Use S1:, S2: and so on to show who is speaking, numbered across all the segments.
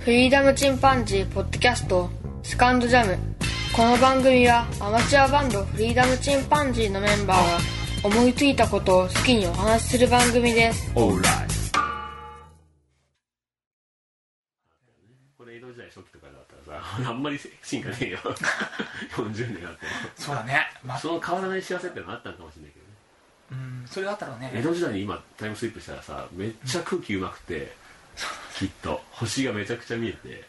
S1: フリーダムチンパンジーポッドキャストスカンドジャムこの番組はアマチュアバンドフリーダムチンパンジーのメンバーが思いついたことを好きにお話しする番組です
S2: オーライこれ江戸時代初期とかだったらさあ んまり進化ねえよ 40年あって
S3: そうだね、ま
S2: も
S3: あ、
S2: その変わらない幸せってのがあったのかもしれないけどね
S3: うんそれがあったろうね
S2: 江戸時代に今タイムスリップしたらさめっちゃ空気うまくてきっと星がめちゃくちゃ見えて、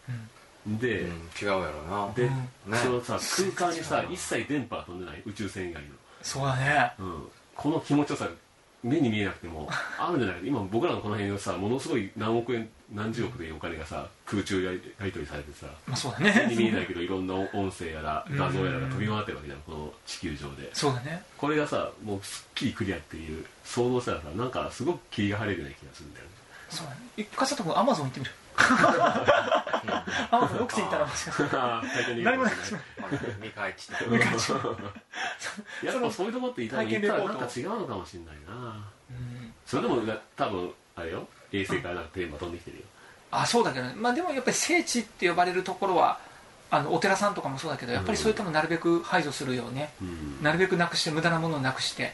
S2: で、
S4: 違うやろな
S2: で、
S4: うん
S2: そのさ空間にさ一切電波が飛んでない宇宙船以外
S3: そうだね
S2: の、うん、この気持ちよさ目に見えなくても あるんじゃないか今僕らのこの辺のさものすごい何億円何十億でお金がさ空中やりやり取りされ てさ
S3: まあそうだ
S2: 目に見えな
S3: ね
S2: いけどいろんな音声やら画像やらが飛び回ってるわけじゃんこの地球上で
S3: そうだね
S2: これがさもうすっきりクリアっていう想像したらさなんかすごく霧が晴れるような気がするん だよね
S3: そうだね一回ちょっとこうアマゾン行ってみるアマゾン奥地行ったらもしかしたら
S2: ああ体験でき
S3: 何もない
S4: まあ見返して
S2: うんやっぱそういうとこっていたら
S3: 体験
S2: 行ったら
S3: レポ
S2: な
S3: ー
S2: ん
S3: ト
S2: か違うのかもしれないな
S3: うん
S2: それでもな多分あれよ衛星からなんかテーマ飛んできてるよ
S3: あそうだけどね、まあ、でもやっぱり聖地って呼ばれるところはあのお寺さんとかもそうだけどやっぱりそういったものなるべく排除するようね、
S2: うん
S3: なるべくなくして無駄なものをなくして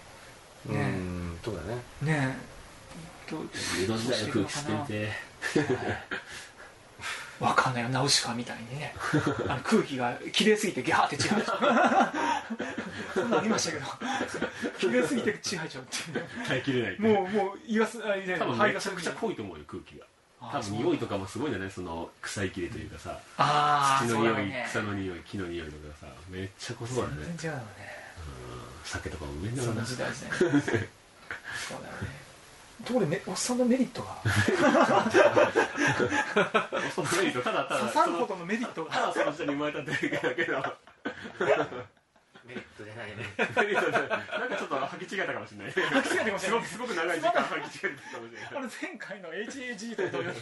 S4: う
S3: ね
S4: んそうだね
S3: ねえと
S2: 江戸時代の空気捨てて
S3: わかんないよナウシカみたい にねあの空気が綺麗すぎてギャーって血吐いちゃうそんなんありましたけど綺麗すぎて血吐いちゃうって
S2: 耐えきれないって
S3: いうもうもう言わすあいや
S2: 多分
S3: 肺
S2: め
S3: が
S2: ちゃくちゃ濃いと思うよ空気が多
S3: あ
S2: 分匂いとかもすごいんじゃないその臭いきれというかさ
S3: ああ
S2: 土
S3: そ
S2: の
S3: うだろ
S2: 匂
S3: う
S2: い、
S3: ね
S2: 草の匂い木の匂いとかさめっちゃ濃そうだね
S3: 全然違うだろうね
S2: 酒とかもうめえんだ
S3: そ
S2: ろう
S3: の
S2: な
S3: 時代ですねそうだよねところでめおっさんのメリットが
S2: そのメリットただただ
S3: 刺さるほどのメリットが
S2: ただその下に生まれたっていう だけど
S4: メリット出ないね
S2: メリットじゃないなんかちょっと履き違えたかもしれ ない履
S3: き違えたかもしれない
S2: すごくすごく長い時間履き違えたかもしれない
S3: あの前回の HAG と同様に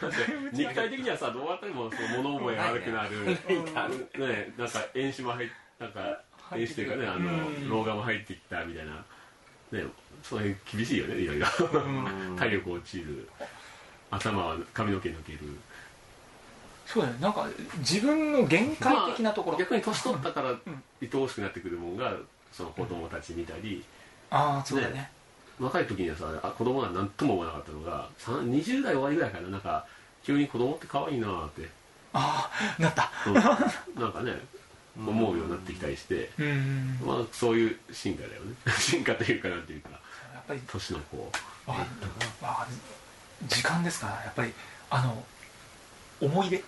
S2: だって肉体的にはさどうやってもそう物覚え悪くなる、ね、なんか遠視も入っなんか遠視というかねあ
S3: うん
S2: の老眼も入ってきたみたいな、ね、その辺厳しいよねいろいろ体力落ちる頭は髪の毛抜ける
S3: そうだよねなんか自分の限界的なところ、
S2: 逆に年取ったから愛おしくなってくるもんがその子供たち見たり
S3: ああそうだよね
S2: ね若い時にはさあ子供は何とも思わなかったのがさん20代終わりぐらいかななんか急に子供って可愛いなーって
S3: ああなった
S2: うんなんかね思うようになってきたりして、
S3: うんうん
S2: まあそういう進化だよね 進化というかなんていうか
S3: やっぱり
S2: 年のこう
S3: わかわか時間ですからやっぱりあの思い出、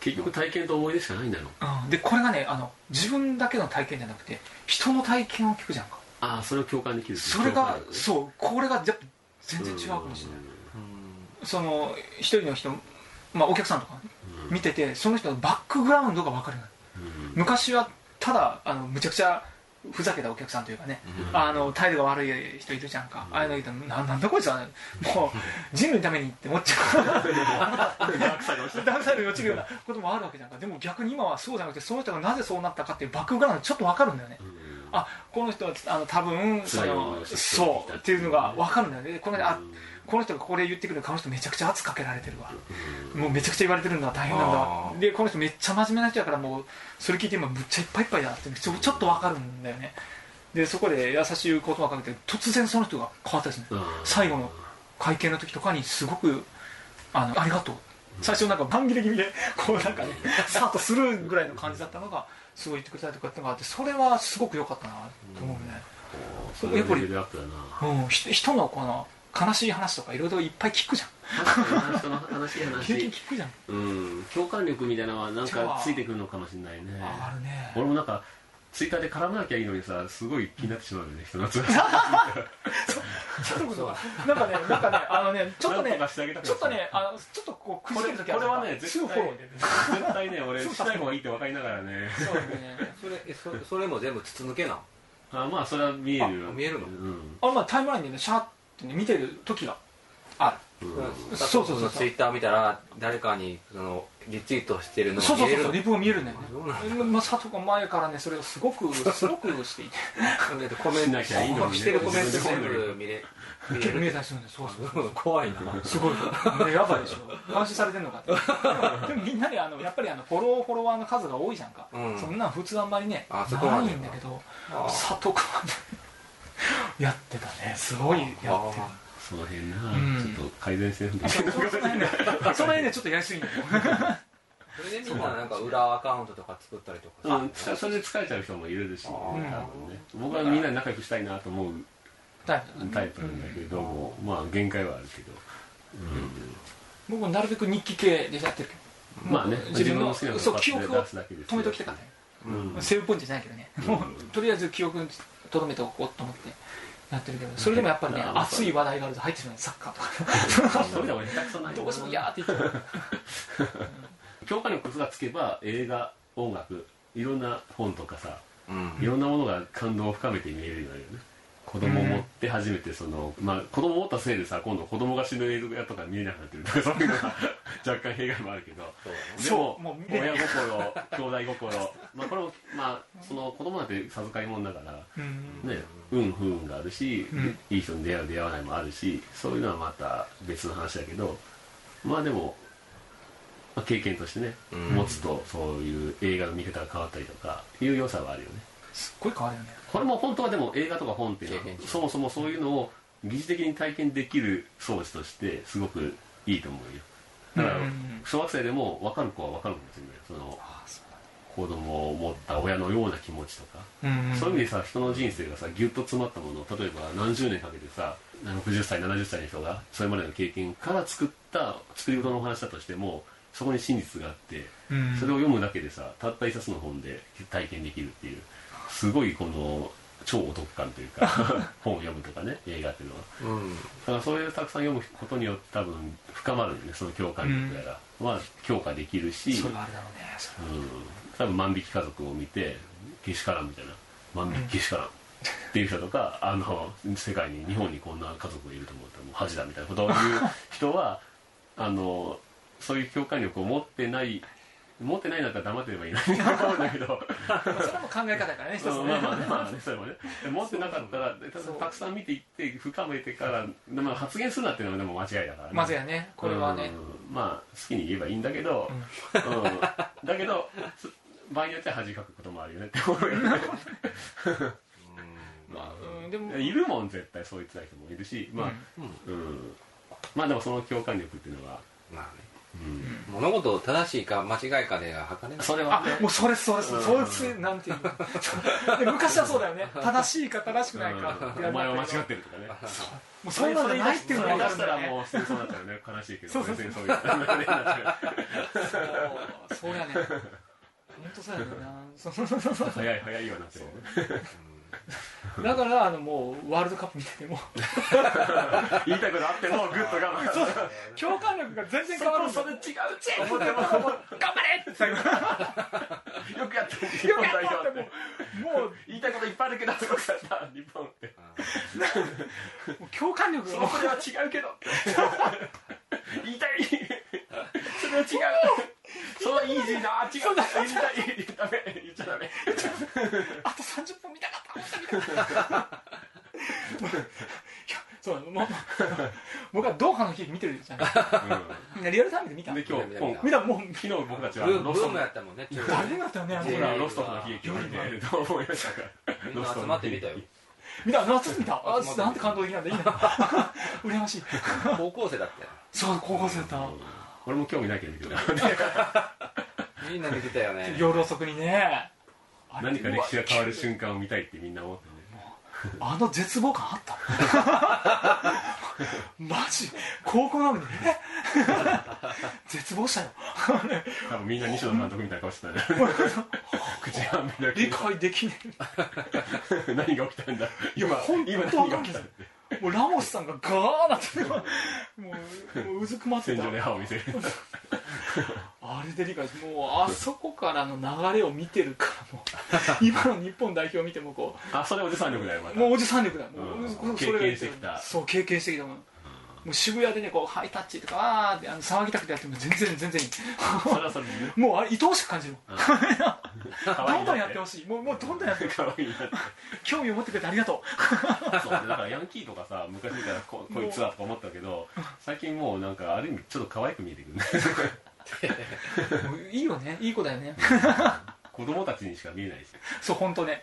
S2: 結局体験と思い出しかないんだろう
S3: うん、でこれがねあの自分だけの体験じゃなくて人の体験を聞くじゃんか
S2: ああそれを共感できる
S3: それが
S2: う
S3: そうこれがやっぱ全然違うかもしれないその一人の人、まあ、お客さんとかね見ててその人のバックグラウンドが分かるようになる昔はただあのむちゃくちゃふざけたお客さんというかね、
S2: うん
S3: あの態度が悪い人いるじゃんか、ああいうのいたらななんだこいつはも う人類のためにって思っちゃうダウンサイドに落ちるようなこともあるわけじゃんかでも逆に今はそうじゃなくてその人がなぜそうなったかっていうバックグラウンドちょっと分かるんだよねあこの人はあの多分そ
S2: 辛い思い
S3: の
S2: をしてきた
S3: そうっていうのが分かるんだよねでこの間あ
S2: うん
S3: この人がこれ言ってくるこの人めちゃくちゃ圧かけられてるわもうめちゃくちゃ言われてるんだ大変なんだ
S4: あー
S3: でこの人めっちゃ真面目な人やからもうそれ聞いて今むっちゃいっぱいいっぱいだってちょちょっとわかるんだよねでそこで優しい言葉かけて突然その人が変わったですね
S2: あー
S3: 最後の会見の時とかにすごくあのありがとう最初なんか半切れ気味で こうなんかねさっとするぐらいの感じだったのがすごい言ってくれたりとかってのがあってそれはすごく良かったなと思うね、
S2: それがレベルアップだな
S3: うん、ひ人のこの悲しい話とかいろいろいっぱい聞くじゃん
S2: 確かに人の話
S3: 経験
S2: 話
S3: 聞くじゃん
S2: うん共感力みたいなのはなんかついてくるのかもしれないね
S3: あるね
S2: 俺もなんかツイッターで絡まなきゃいいのにさすごい気になってしまうよね人のつ
S3: ちょっとこうなんかねなんかねあのねちょっ
S2: な
S3: と
S2: ん
S3: ね
S2: とかしてあげたくなっ
S3: ち
S2: ちゃ
S3: ょ
S2: う
S3: っとねあのちょっとこうくじける時ある
S2: これこれはね
S3: すぐ
S2: 絶対
S3: フォロー入れる
S2: 絶対ね俺しない方がいいって分かりながらね
S3: そうね
S4: それえそそれも全部筒抜けな
S2: あまあそれは見えるよ
S4: あ見えるの
S2: うん
S3: あまあタイムラインでねシャーってね見てる時があ
S4: の
S3: そうそうそう
S4: ツイッター見たら誰かにそのリツイートしてる
S3: る
S4: の
S3: そう
S4: が
S3: そう
S4: 見え
S3: そうそ
S4: る
S3: う
S4: の
S3: リプが見えるんだよ
S4: そうなんだ
S3: ねまあ佐藤が前からねそれをすごくすごくしてい て
S4: だってコメン
S2: し
S4: ト
S2: なきゃいいのにね
S4: してるコメント全部見れ見れ
S3: 見え
S4: る
S3: たりするんだよそうそう
S4: 怖いな
S3: すごいねやばいでしょ監視されてんのかってでもみんなであのやっぱりあのフォローフォロワーの数が多いじゃんか、
S4: うん
S3: そんなん普通あんまりね
S4: あそこまで
S3: ないんだけど
S4: あー
S3: 佐藤君はね やってたねすごいやってる
S4: あ
S2: その辺な、
S3: うん
S2: ちょっと改善してるんだ
S3: あ
S2: け
S3: そう
S2: ど
S3: その辺 ねその辺ねちょっとやりすぎて
S4: ーそれでみんななんか裏アカウントとか作ったりとか
S2: うんつかそれで疲れちゃう人もいるでしょうね
S3: うん
S2: 多分ね僕はみんな仲良くしたいなと思う
S3: タイプだね
S2: タイプなんだけども、まあ限界はあるけど、
S3: 僕もなるべく日記系でやってるけど
S2: まあね
S3: 自分の
S2: 自分の好きなこと
S3: そう記憶を
S2: 出すだけですね
S3: 止めときたかったね
S2: うん
S3: セーブポイントじゃないけどね、もうとりあえず記憶にとどめておこうと思ってやってるけど、それでもやっ ぱりね、
S2: うん
S3: 熱い話題があると入ってしまう、サッカー と
S2: それでも下手くそな
S3: か、
S2: い
S3: どうしてもいやーって言 って
S2: 教科のことがつけば映画音楽いろんな本とかさ
S4: うん
S2: いろんなものが感動を深めて見えるようになるよね子供を持って初めてその、まあ子供を持ったせいでさ今度子供が死ぬ映画とか見えなくなってるとかそういうのが 若干弊害もあるけど
S4: そうだね
S2: で
S3: そ
S2: も
S3: うもう見れな
S2: 親心兄弟心 まあこれもまあその子供なんて授かり物だから
S3: うん
S2: ね、運不運があるし、
S3: うん
S2: いい人に出会う出会わないもあるしそういうのはまた別の話だけどまあでも、まあ経験としてね、
S4: うん
S2: 持つとそういう映画の見方が変わったりとかいう良さはあるよね
S3: すっごい変わるよね、
S2: これも本当はでも映画とか本っていうのは
S4: 経験値
S2: そもそもそういうのを疑似的に体験できる装置としてすごくいいと思うよだから
S3: うん
S2: 小学生でも分かる子は分かるかもしれないその子供を持った親のような気持ちとか
S3: うん
S2: そういう意味でさ人の人生がさギュッと詰まったものを例えば何十年かけてさ60歳70歳の人がそれまでの経験から作った作り事のお話だとしてもそこに真実があって
S3: うん
S2: それを読むだけでさたった一冊の本で体験できるっていうすごいこの超お得感という か本を読むとかね映画っていうのは
S4: うん
S2: だからそれをたくさん読むことによって多分深まるよねその共感力やらは強化できるし、
S3: それはあれだろうね、それは
S2: うん多分万引き家族を見てけしからんみたいな万引きけしからんっていう人とかあの世界に日本にこんな家族がいると思ったらもう恥だみたいなことを言う人はあのそういう共感力を持ってない持ってないんだったら黙ってればいいなって思うんだけど
S3: まあそれはもう考え 方からね、一つね、
S2: うんまあまあねまあねそれもね持ってなかったらた
S3: そう
S2: たくさん見ていって深めてから、まあ、発言するなっていうのはでも間違いだからね
S3: まずやね、これはね、
S2: うんまあ好きに言えばいいんだけど、うんだけどす場合によっては恥かくこともあるよねって思うよ ねま
S3: うんでも、
S2: あいるもん絶対そういった人もいるしまあ、うんまあでもその共感力っていうのは、
S4: まあね
S2: うん
S4: 物事を正しいか間違いかでは測れない
S2: それは
S3: あ
S2: ね
S3: もうそれそれそれ、
S2: うん
S3: それなんていうので昔はそうだよ ね正しいか正しくないかって
S2: うんお
S3: やるんだけ
S2: 前
S3: ど
S2: は間違ってるとかね
S3: もう そんなのがないっていうのが
S2: それ出
S3: 分か
S2: した
S3: るんだよ
S2: ら
S3: ね
S2: もう戦争になっちゃうね悲しいけ
S3: そ
S2: ど
S3: うそう
S2: 別にそういう
S3: そうそ うやね本当そうやねんなそうそうそうそう
S2: 早い早いようになってるよね
S3: だからあのもうワールドカップ見て ても
S2: 言いたいことあってもグッと我慢する
S3: 共感力が全然変わるんだ
S2: それ違うチームでも
S3: 頑張れって最後
S2: よくやってる日本代表って
S3: も
S2: 言いたいこといっぱいあるけどすごかった日本って
S3: うもう共感力
S2: そ
S3: が
S2: の
S3: も
S2: これは違うけど言いたいそれは違うそのイージーな違う言いたいダメ言っちゃダメ
S3: うあと30分見たかったもっと見たかったいやそうもうもう僕はドーハの日見てるじゃないリアルタイムで見た
S2: で今日今
S3: 見たもう
S2: 昨日僕たち
S4: ブ
S2: は
S4: ーブ
S2: ロスト
S4: ー
S2: フ
S4: ムやったもんね中
S3: 大変だったよねあの
S4: い
S2: ほ
S4: や
S3: 頃
S4: いや
S2: らロストフの悲劇を見てどう思いましたか
S4: みんな集まって見たよ
S3: 見た夏見たあなんて感動的なんだいいな 羨ましい
S4: 高校生だっ
S3: そう高校生だった
S2: 俺も興味ないけど見てた
S4: たよみんなできた よね
S3: 夜遅くにねあれ
S2: 何か歴史が変わる瞬間を見たいってみんな思ってね
S3: あの絶望感あった マジ高校なのにえ絶望し たよ あれ
S2: 多分みんな西野監督みたいな顔してたね 口半分だけ
S3: 理 解できね
S2: 何が起きたんだ
S3: えいや
S2: 今
S3: 本
S2: 今
S3: 当わ
S2: 何
S3: か
S2: が
S3: ん
S2: 起
S3: ない
S2: き
S3: で
S2: た
S3: すもうラモスさんがガーなってもうもううずくまって
S2: 戦
S3: た
S2: 場で歯を見せる
S3: あれで理解してもうあそこからの流れを見て るからもう今の日本代表を見てもこ
S2: あそれおじさん力だよま
S3: う
S2: た
S3: もうおじさん力だもう、
S2: うん
S3: そ
S2: 経験してきた
S3: そう経験してきたもんもう渋谷でねこうハイタッチとかわーってあの騒ぎたくてやっても全然全然いい
S2: それはそれでね
S3: もうあれ愛おしく感じる
S2: 可愛
S3: ど
S2: いな
S3: んどんやってほしいもうもうどんどんやって
S2: 可愛いなって
S3: 興味を持ってくれてありがと
S2: そうだからヤンキーとかさ昔見たらここいつはとか思ったけど最近もうなんかある意味ちょっと可愛く見えてくるね
S3: うもういいよねいい子だよね
S2: 子供たちにしか見えないし
S3: そう本当ね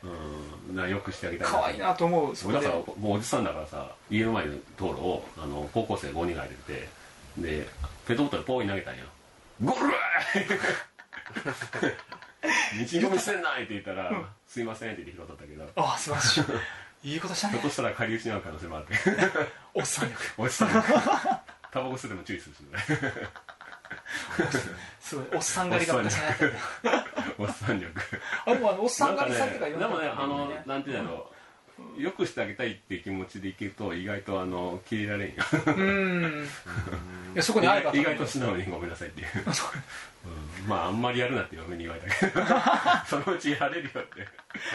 S2: うんなよくしてあげたい
S3: 可愛いなと思うそ
S2: 俺
S3: こ
S2: だ
S3: で
S2: からもうおじさんだからさ家の前の道路をあの高校生5人が入れててでペットボトルポーに投げたんやゴルー 道にゴミ捨てんないって言ったら、すいませんって言って拾ったんだけど
S3: ああ素晴らしいいい ことした
S2: ひょっ
S3: ね
S2: としたら借り失う可能性もあるね
S3: おっさん力
S2: おじさんタバコ吸っても注意するしね
S3: すごいおっさん狩りが昔流行ったね
S2: おっさん力
S3: あでもあのおっさ
S2: なんんか
S3: 狩
S2: ね
S3: りさんとか言わ
S2: で
S3: な
S2: もね
S3: かった
S2: あ
S3: んだ
S2: の
S3: よね
S2: なんていうんだろうよくしてあげたいっていう気持ちでいけると意外とあの切れられんよ
S3: うんいやそこに愛があった
S2: 意外と素直にごめんなさいっていう、 うんまああんまりやるなって嫁に言われたけどそのうちやれるよって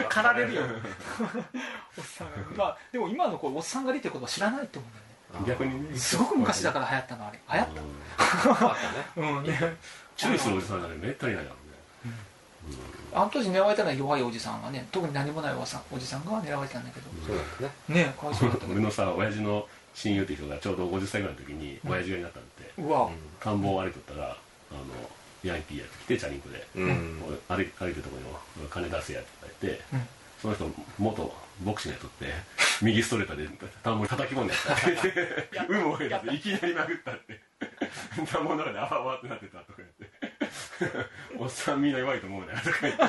S3: 駆られるよ おっさん狩りまあでも今の子おっさん狩りってことは知らないと思うんだよね
S2: 逆にね
S3: すごく昔だから流行ったのあれ流行っ
S2: うん
S4: あったね
S3: たうんね
S2: 注意するおじさんなんてめったにないだろ
S3: あの当時狙われたのは弱いおじさんがね特に何もないおじさんおじさんが狙われてたんだけど
S4: そうなんですね
S3: ねえかわいそうだった
S2: うね
S3: け
S2: 俺
S3: ど
S2: のさ親父の親友っていう人がちょうど50歳ぐらいの時に親父がになったんで
S3: うわ
S2: 田んぼを歩いとったらあのヤンキーやってきてチャリンコで、
S4: うん
S2: 俺歩い歩いてるとこにも俺金出せやって言われて、
S3: うん
S2: その人元ボクシングやっとって右ストレートで田んぼに叩き込んでやったって有無を得ずいきなり殴ったって田んぼの中であわあわってなってたとか言っておっさんみんな弱いと思うなよとか言って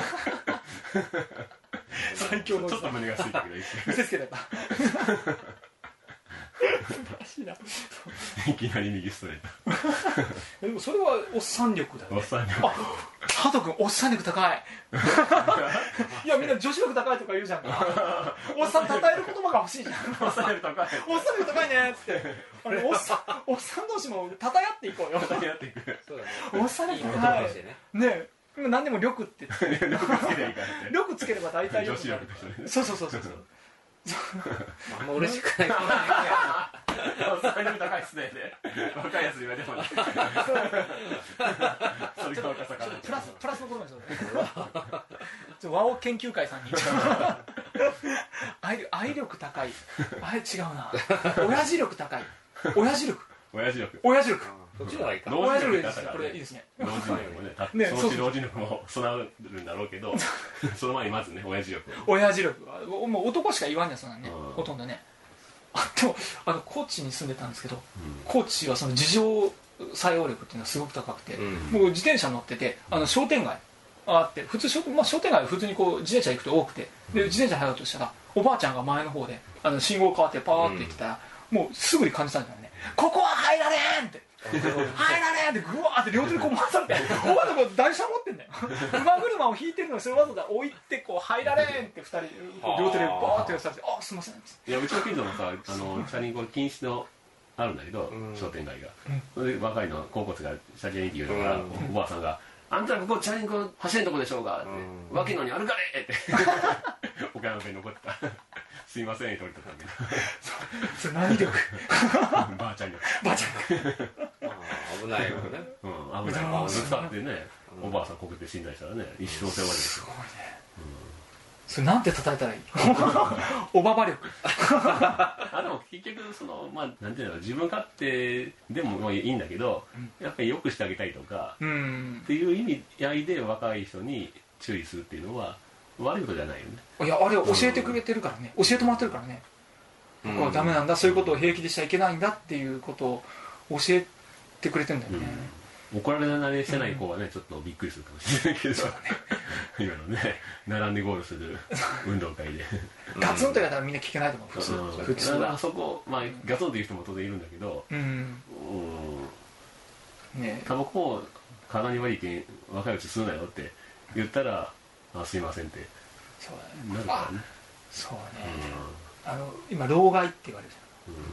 S3: 最強のお
S2: ちょ
S3: じ
S2: っ
S3: さ
S2: と
S3: ん
S2: 胸がついたけど一
S3: 見せつけてやった 素晴らしいな
S2: 瞬いきなり右ストレー
S3: でもそれはおっさん力だよ
S2: トおっさんに
S3: ハト君おっさん力高 いいやみんな女子力高いとか言うじゃんかおっさん称える言葉が欲しいじゃん
S2: おっさんより高い
S3: おっさん力高いねっつってあ れおっさんおっさん同士も称え合っていこうよ
S2: やっていく
S4: そうだね
S3: おっさん
S4: いい
S3: 力
S4: 言
S3: 高
S4: 葉
S3: い
S4: にしてね
S3: ねえ今何でも力って
S2: 連絡つけりゃいいからって
S3: 力つければ大体
S2: 女
S3: よ
S2: 子
S3: くな
S2: 力
S3: る
S2: としてね
S3: そうそうそうそうそう
S4: あんま嬉しくない
S2: おっさんより高いっすね若いやつに言われてもねそれが若さか
S3: ちょっ
S2: な
S3: とプラスプラスのことなんです よねちょっと和王研究会さんに愛愛力高いあれ違うな親父力高い親父力
S2: 親父力
S3: 親父力
S4: そっちの方がいいか
S2: 同
S3: 親
S2: 時
S3: 父
S2: 力
S3: 力
S2: で
S3: で
S2: 出し
S3: す
S2: た
S3: ね
S2: か
S3: こ
S2: らね同時
S3: れいいですね
S2: 力もねた
S3: ね
S2: そのち
S3: そううそう
S2: 同時力も備わるんだろうけどその前にまずね親父力
S3: 親父力はおもう男しか言わんねそんなんね
S2: うん
S3: ほとんどねあでもあの高知に住んでたんですけど高知はその自浄作用力っていうのがすごく高くて、
S4: うん
S3: 僕自転車乗っててあの商店街あって普通商,、まあ、商店街は普通にこう自転車行くと多くてで自転車入ろうとしたらおばあちゃんが前の方であの信号変わってパーって行ってたら、もうすぐに感じたんだよねここは入られん って入られんってグワーって両手にこう回されておばあちゃんこう台車持ってん だよ馬車を引いてるのにそれわざわざ置いてこう入られんって二人こう両手でバーってされて「あすいません」っつって
S2: いやうちの近所もさあのチャリンコ禁止のあるんだけど
S4: うん
S2: 商店街がそれで若いの高校生がチャリンキ言うから
S4: うん
S2: おばあさんが「あんたらここチャリンコ走れんとこでしょうか」って
S4: う
S2: 「わけのに歩かれ!」って岡山弁に残ってた「すいません」って降りてたんだけ
S3: それ何 力
S2: ど ばあちゃんが
S3: ばあちゃんが
S4: あー危ないよね
S2: うん、危ない
S3: あー
S2: ぶつかってね、
S4: うん
S2: おばあさんこけて死んだりしたらね一生世話です
S3: すごいね、それなんて叩いたらいい おばば力
S2: あでも結局そのまあなんていうの自分勝手でもまあいいんだけど、やっぱり良くしてあげたいとか
S3: うん
S2: っていう意味合いで若い人に注意するっていうのは悪いことじゃないよね
S3: いやあれ教えてくれてるからね教えてもらってるからね
S4: うん
S3: 僕はダメなんだそういうことを平気でしちゃいけないんだっていうことを教えてくれてるんだよね、
S2: 怒られ慣れしてない子はね、ちょっとびっくりするかもしれないけど、今のね並んでゴールする運動会で
S3: ガツンとやったらみんな聞けないと思う普通、
S2: うん
S3: 普通
S2: だから
S3: は
S2: そこ、まあ、ガツンという人も当然いるんだけど、
S3: うん
S2: うん、
S3: ね
S2: タバコを体に悪いけん若いうち吸うなよって言ったら「あすいません」って
S3: そう
S2: な
S3: だね
S2: るか
S3: あ
S2: らね
S3: そうだね、あの今老害って言われる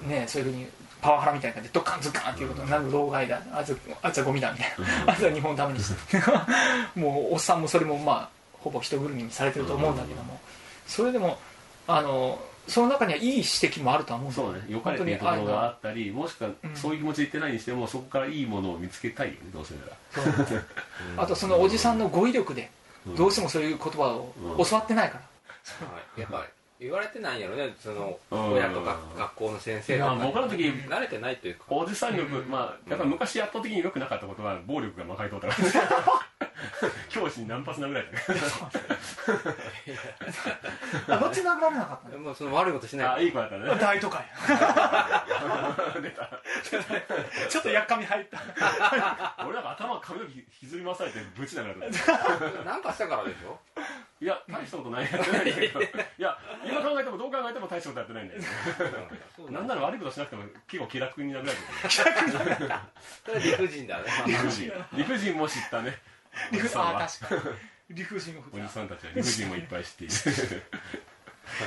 S3: じゃん、ねそういうふうにパワハラみたいな感じでドッカンズッカンっていうことになる老害だあいつあいつはゴミだみたいなあいつは日本のためにしてる もうおっさんもそれもまあほぼ人ぐるみにされてると思うんだけども、それでもあのその中にはいい指摘もあるとは思うんだ
S2: そうね良かれてるところがあったりもしくはそういう気持ちで言ってないにしてもそこからいいものを見つけたいよねどうせなら
S3: そうあとそのおじさんの語彙力で
S2: うん
S3: どうしてもそういう言葉を
S2: うん
S3: 教わってないから、
S4: はいやっぱ言われてないんやろねその
S2: うん
S4: 親とか学校の先生とか
S2: いや僕らの時
S4: 慣れてないというか
S2: おじさん力、まあやっぱり昔圧倒的に良くなかったことは暴力がまかり通 ったから教師に何発なぐらいだね
S3: あどっちも殴られなかったの
S4: もうその悪いことし
S2: あ
S4: ない
S2: いい子だったね
S3: 大都会ちょっとやっかみ入った
S2: 俺なんか頭髪の毛引きずり回されてぶちながらだった
S4: なんかしたからでしょ
S2: いや大したことないやってないんだ けどいや今考えてもどう考えても大したことやってないんだよねなんなら悪いことしなくても結構気楽になぐらい
S4: それは理不尽だね
S2: 理 不尽理不尽も知ったね
S3: 理
S2: お
S3: 不
S2: じさんは
S3: あ確かに理不尽を振
S2: お
S3: っ
S2: じ
S3: た
S2: さんたちは理不尽もいっぱい知って いる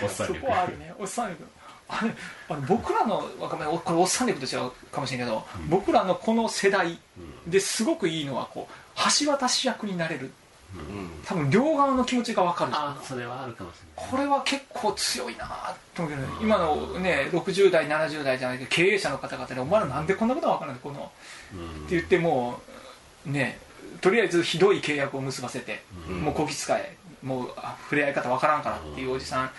S2: おっさん
S3: そ
S2: 力
S3: こはあるねおっさん力あれあの僕らのわかんないおこれおっさん力と違うかもしれんけど、僕らのこの世代ですごくいいのはこう橋渡し役になれる
S4: うん
S3: 多分両側の気持ちが分かる
S2: あそれはあるかもしれ
S3: これは結構強いなと思うけど、ね、今のね60代70代じゃないけど経営者の方々に「お前らなんでこんなことは分からないこの」
S2: ない
S3: って言ってもうねとりあえずひどい契約を結ばせて、
S4: うん
S3: もうこき使えもうあ触れ合い方分からんからっていうおじさん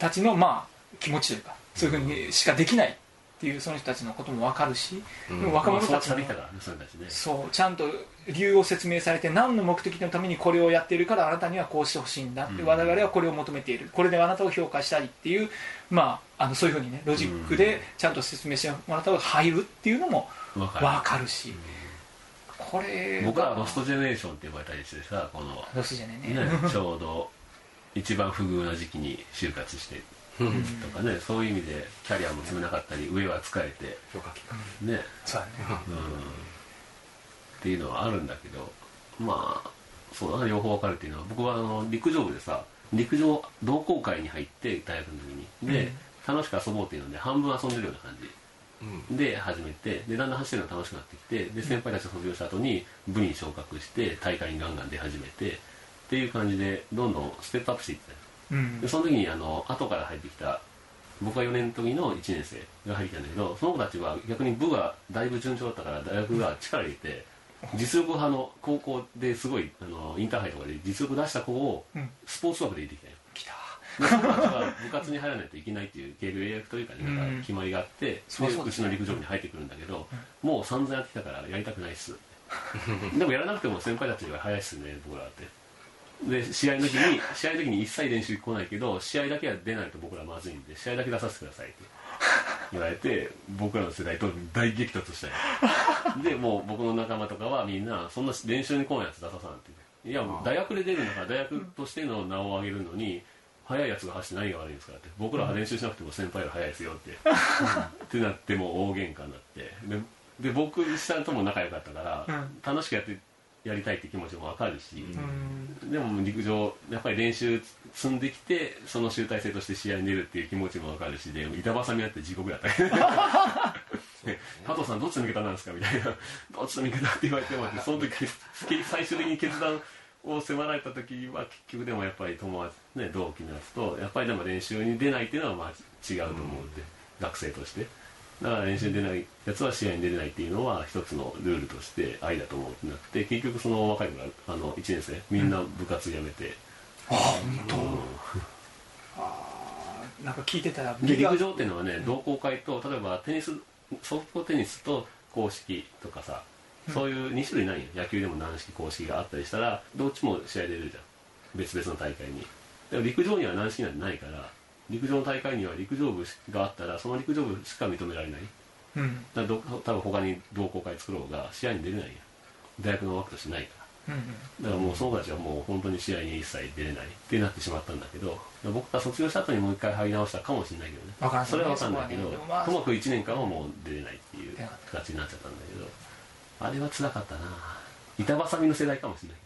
S3: たちのまあ気持ちというかそういうふうにしかできないっていうその人たちのことも分かるし、
S4: うん
S3: でも
S2: まあ
S3: 若者
S2: そう
S3: たち
S2: さ
S3: も
S2: れたからねそれたちね
S3: そうちゃんと理由を説明されて何の目的のためにこれをやっているからあなたにはこうしてほしいんだって、
S2: うん
S3: 我々はこれを求めているこれであなたを評価したいっていう、まあ、あのそういうふうにねロジックでちゃんと説明してもらった方が入るっていうのも
S2: わ
S3: 分
S2: か
S3: かるし、これ
S2: る僕はロストジェネレーションって呼ばれたりしてさこ の
S3: ロスじゃねえね
S2: ねちょうど一番不遇な時期に就活して
S4: うん
S2: とかねそういう意味でキャリアも積めなかったり上は疲れて
S4: 消化器官
S2: ね
S3: そうだね
S2: うんっていうのはあるんだけどまあそうだな両方分かるっていうのは僕はあの陸上部でさ陸上同好会に入って大学の時にで、楽しく遊ぼうっていうので半分遊んでるような感じ
S4: うん
S2: で始めてでだんだん走るのが楽しくなってきてで先輩たちが卒業した後に部に昇格して大会にガンガン出始めてっていう感じでどんどんステップアップしていってたよ
S3: うん
S2: でその時にあの後から入ってきた僕が4年の時の1年生が入ってきたんだけどその子たちは逆に部がだいぶ順調だったから大学が力入れて実力派の高校ですごいあのインターハイとかで実力出した子を
S3: うん
S2: スポーツ枠で入れてきたよ
S3: 来た
S2: でその子たちは部活に入らないといけないっていう契約というかねなんか決まりがあって、で
S3: そうそう
S2: うちの陸上部に入ってくるんだけど、もう散々やってきたからやりたくないっすでもやらなくても先輩たちが早いっすね僕らってで試合の時に試合の時に一切練習来ないけど試合だけは出ないと僕らまずいんで試合だけ出させてくださいって言われて僕らの世代と大激突したよ でもう僕の仲間とかはみんなそんな練習に来ないやつ出ささんっていやもう大学で出るんだから大学としての名を上げるのに速いやつが走って何が悪いんですかって僕らは練習しなくても先輩より速いですよってってなってもう大喧嘩になってでで僕下とも仲良かったから、
S3: うん
S2: 楽しくやってやりたいって気持ちも分かるし、
S3: うん
S2: でも陸上やっぱり練習積んできてその集大成として試合に出るっていう気持ちも分かるしで板挟みになって地獄だったね加藤さんどっちの味方なんですかみたいなどっちの味方って言われてもその時最終的に決断を迫られた時は結局でもやっぱり友達、ね、同期のやつとやっぱりでも練習に出ないっていうのはまあ違うと思うんで、学生としてだから練習に出ないやつは試合に出れないっていうのは一つのルールとして愛だと思うってなって結局その若い子らあの1年生みんな部活辞めて、
S3: あ本当なんか聞いてたら
S2: で陸
S3: う
S2: 上っていうのはね、同好会と例えばテニスソフトテニスと公式とかさそういう2種類ないよ野球でも軟式公式があったりしたらどっちも試合出れるじゃん別々の大会にでも陸上には軟式なんてないから陸上の大会には陸上部があったらその陸上部しか認められない
S3: ん
S2: だからど多分他に同好会作ろうが試合に出れないやん大学の枠としてないから
S3: うんうん
S2: だからもうその子たちはもう本当に試合に一切出れないってなってしまったんだけど僕が卒業した後にもう一回入り直したかもしれないけどね
S3: わからん
S2: それは分かんないけど、
S3: そこはねでもまあ
S2: ともかく1年間はもう出れないっていう形になっちゃったんだけどあれは辛かったな板挟みの世代かもしれない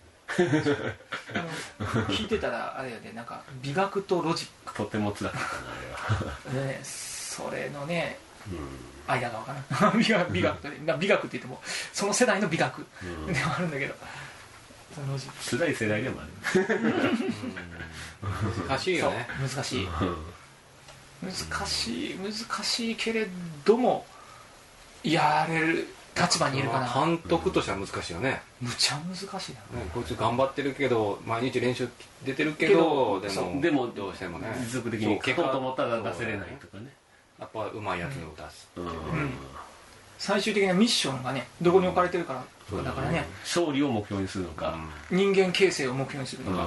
S3: あの聞いてたらあれやでなんか美学とロジッ
S2: けどとても辛かったなあれは
S3: クねそれのね
S2: う
S3: 間が分からん 美学美学とねまあ美学って言ってもその世代の美学
S2: ん、うん
S3: で、はあるんだけどそのロジッ
S2: 辛い世代でもある
S4: 難しいよね
S3: ク難しい
S2: うん
S3: 難しい難しいけれどもやれる立場にいるか
S4: まあ
S3: ら
S4: 監督としては難しいよね、
S3: むちゃ難しいな
S4: ねこいつ頑張ってるけど毎日練習出てるけど
S3: けど
S4: で
S3: そ
S4: も
S2: うでも
S4: どうしてもね
S2: 持続的
S4: そう
S2: に書
S4: 結
S2: こ
S4: 果
S2: うと思ったら出せれないとかね
S4: やっぱうまいやつを出す、
S2: うん
S3: 最終的なミッションがねどこに置かれてるか
S2: そ
S3: ら
S2: う
S3: だからね
S2: 勝利を目標にするの
S4: う
S2: か
S4: ん
S3: 人間形成を目標にする
S2: う
S3: の
S2: ん
S3: か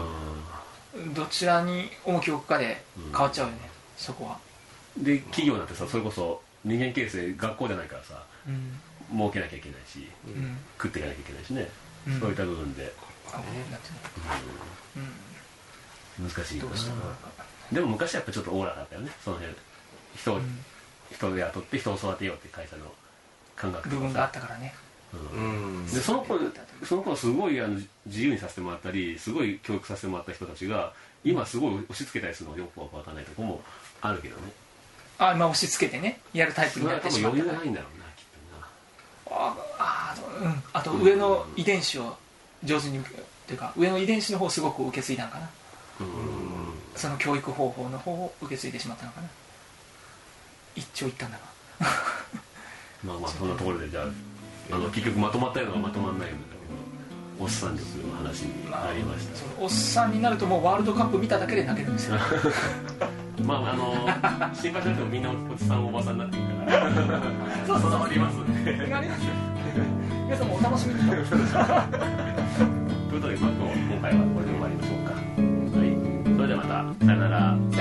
S3: どちらに重きを置くかで変わっちゃうよねそこは
S2: で企業だってさそれこそ人間形成学校じゃないからさ
S3: うん
S2: 儲けなきゃいけないし
S3: うん
S2: 食っていかなきゃいけないしね
S3: うん
S2: そういった部分で
S3: あなんていうの
S2: 難し
S3: う
S2: い
S3: ん
S2: か
S3: ど
S2: な
S3: うしても
S2: でも昔はやっぱちょっとオーラだったよねその辺人を
S3: うん
S2: 人を雇って人を育てようって会社の感覚
S3: 部
S2: とか
S3: 分があ
S2: さ
S3: ったからね
S2: うん
S4: うん
S2: でその子その子はすごいあの自由にさせてもらったりすごい教育させてもらった人たちが今すごい押し付けたりするのがよくわからないとこもあるけどね
S3: あ今押し付けてねやるタイプ
S2: それ
S3: にな
S2: は
S3: っ
S2: 多
S3: てし
S2: 分
S3: まった
S2: 余
S3: か
S2: 裕
S3: ら
S2: がないんだろうなきっとな
S3: あああとうんあと上の遺伝子を上手にというか上の遺伝子の方をすごく受け継いだのかな
S2: うん
S3: その教育方法の方を受け継いでしまったのかな一長一短だな
S2: ま あまあそんなところでじゃああの結局まとまったようなのがまとまらないようなんだけどおっさん力の話になりました
S3: そのおっさんになるともうワールドカップ見ただけで泣けるんです よ
S2: まああ の心配しなくてもみんなおじさんおばさんになっていく から
S3: そうそうそう
S2: あります ね
S3: ありますよ皆さんもお楽しみに
S2: ということで、まあ、今日今回はこれで終わりましょうかはいそれではまたさよなら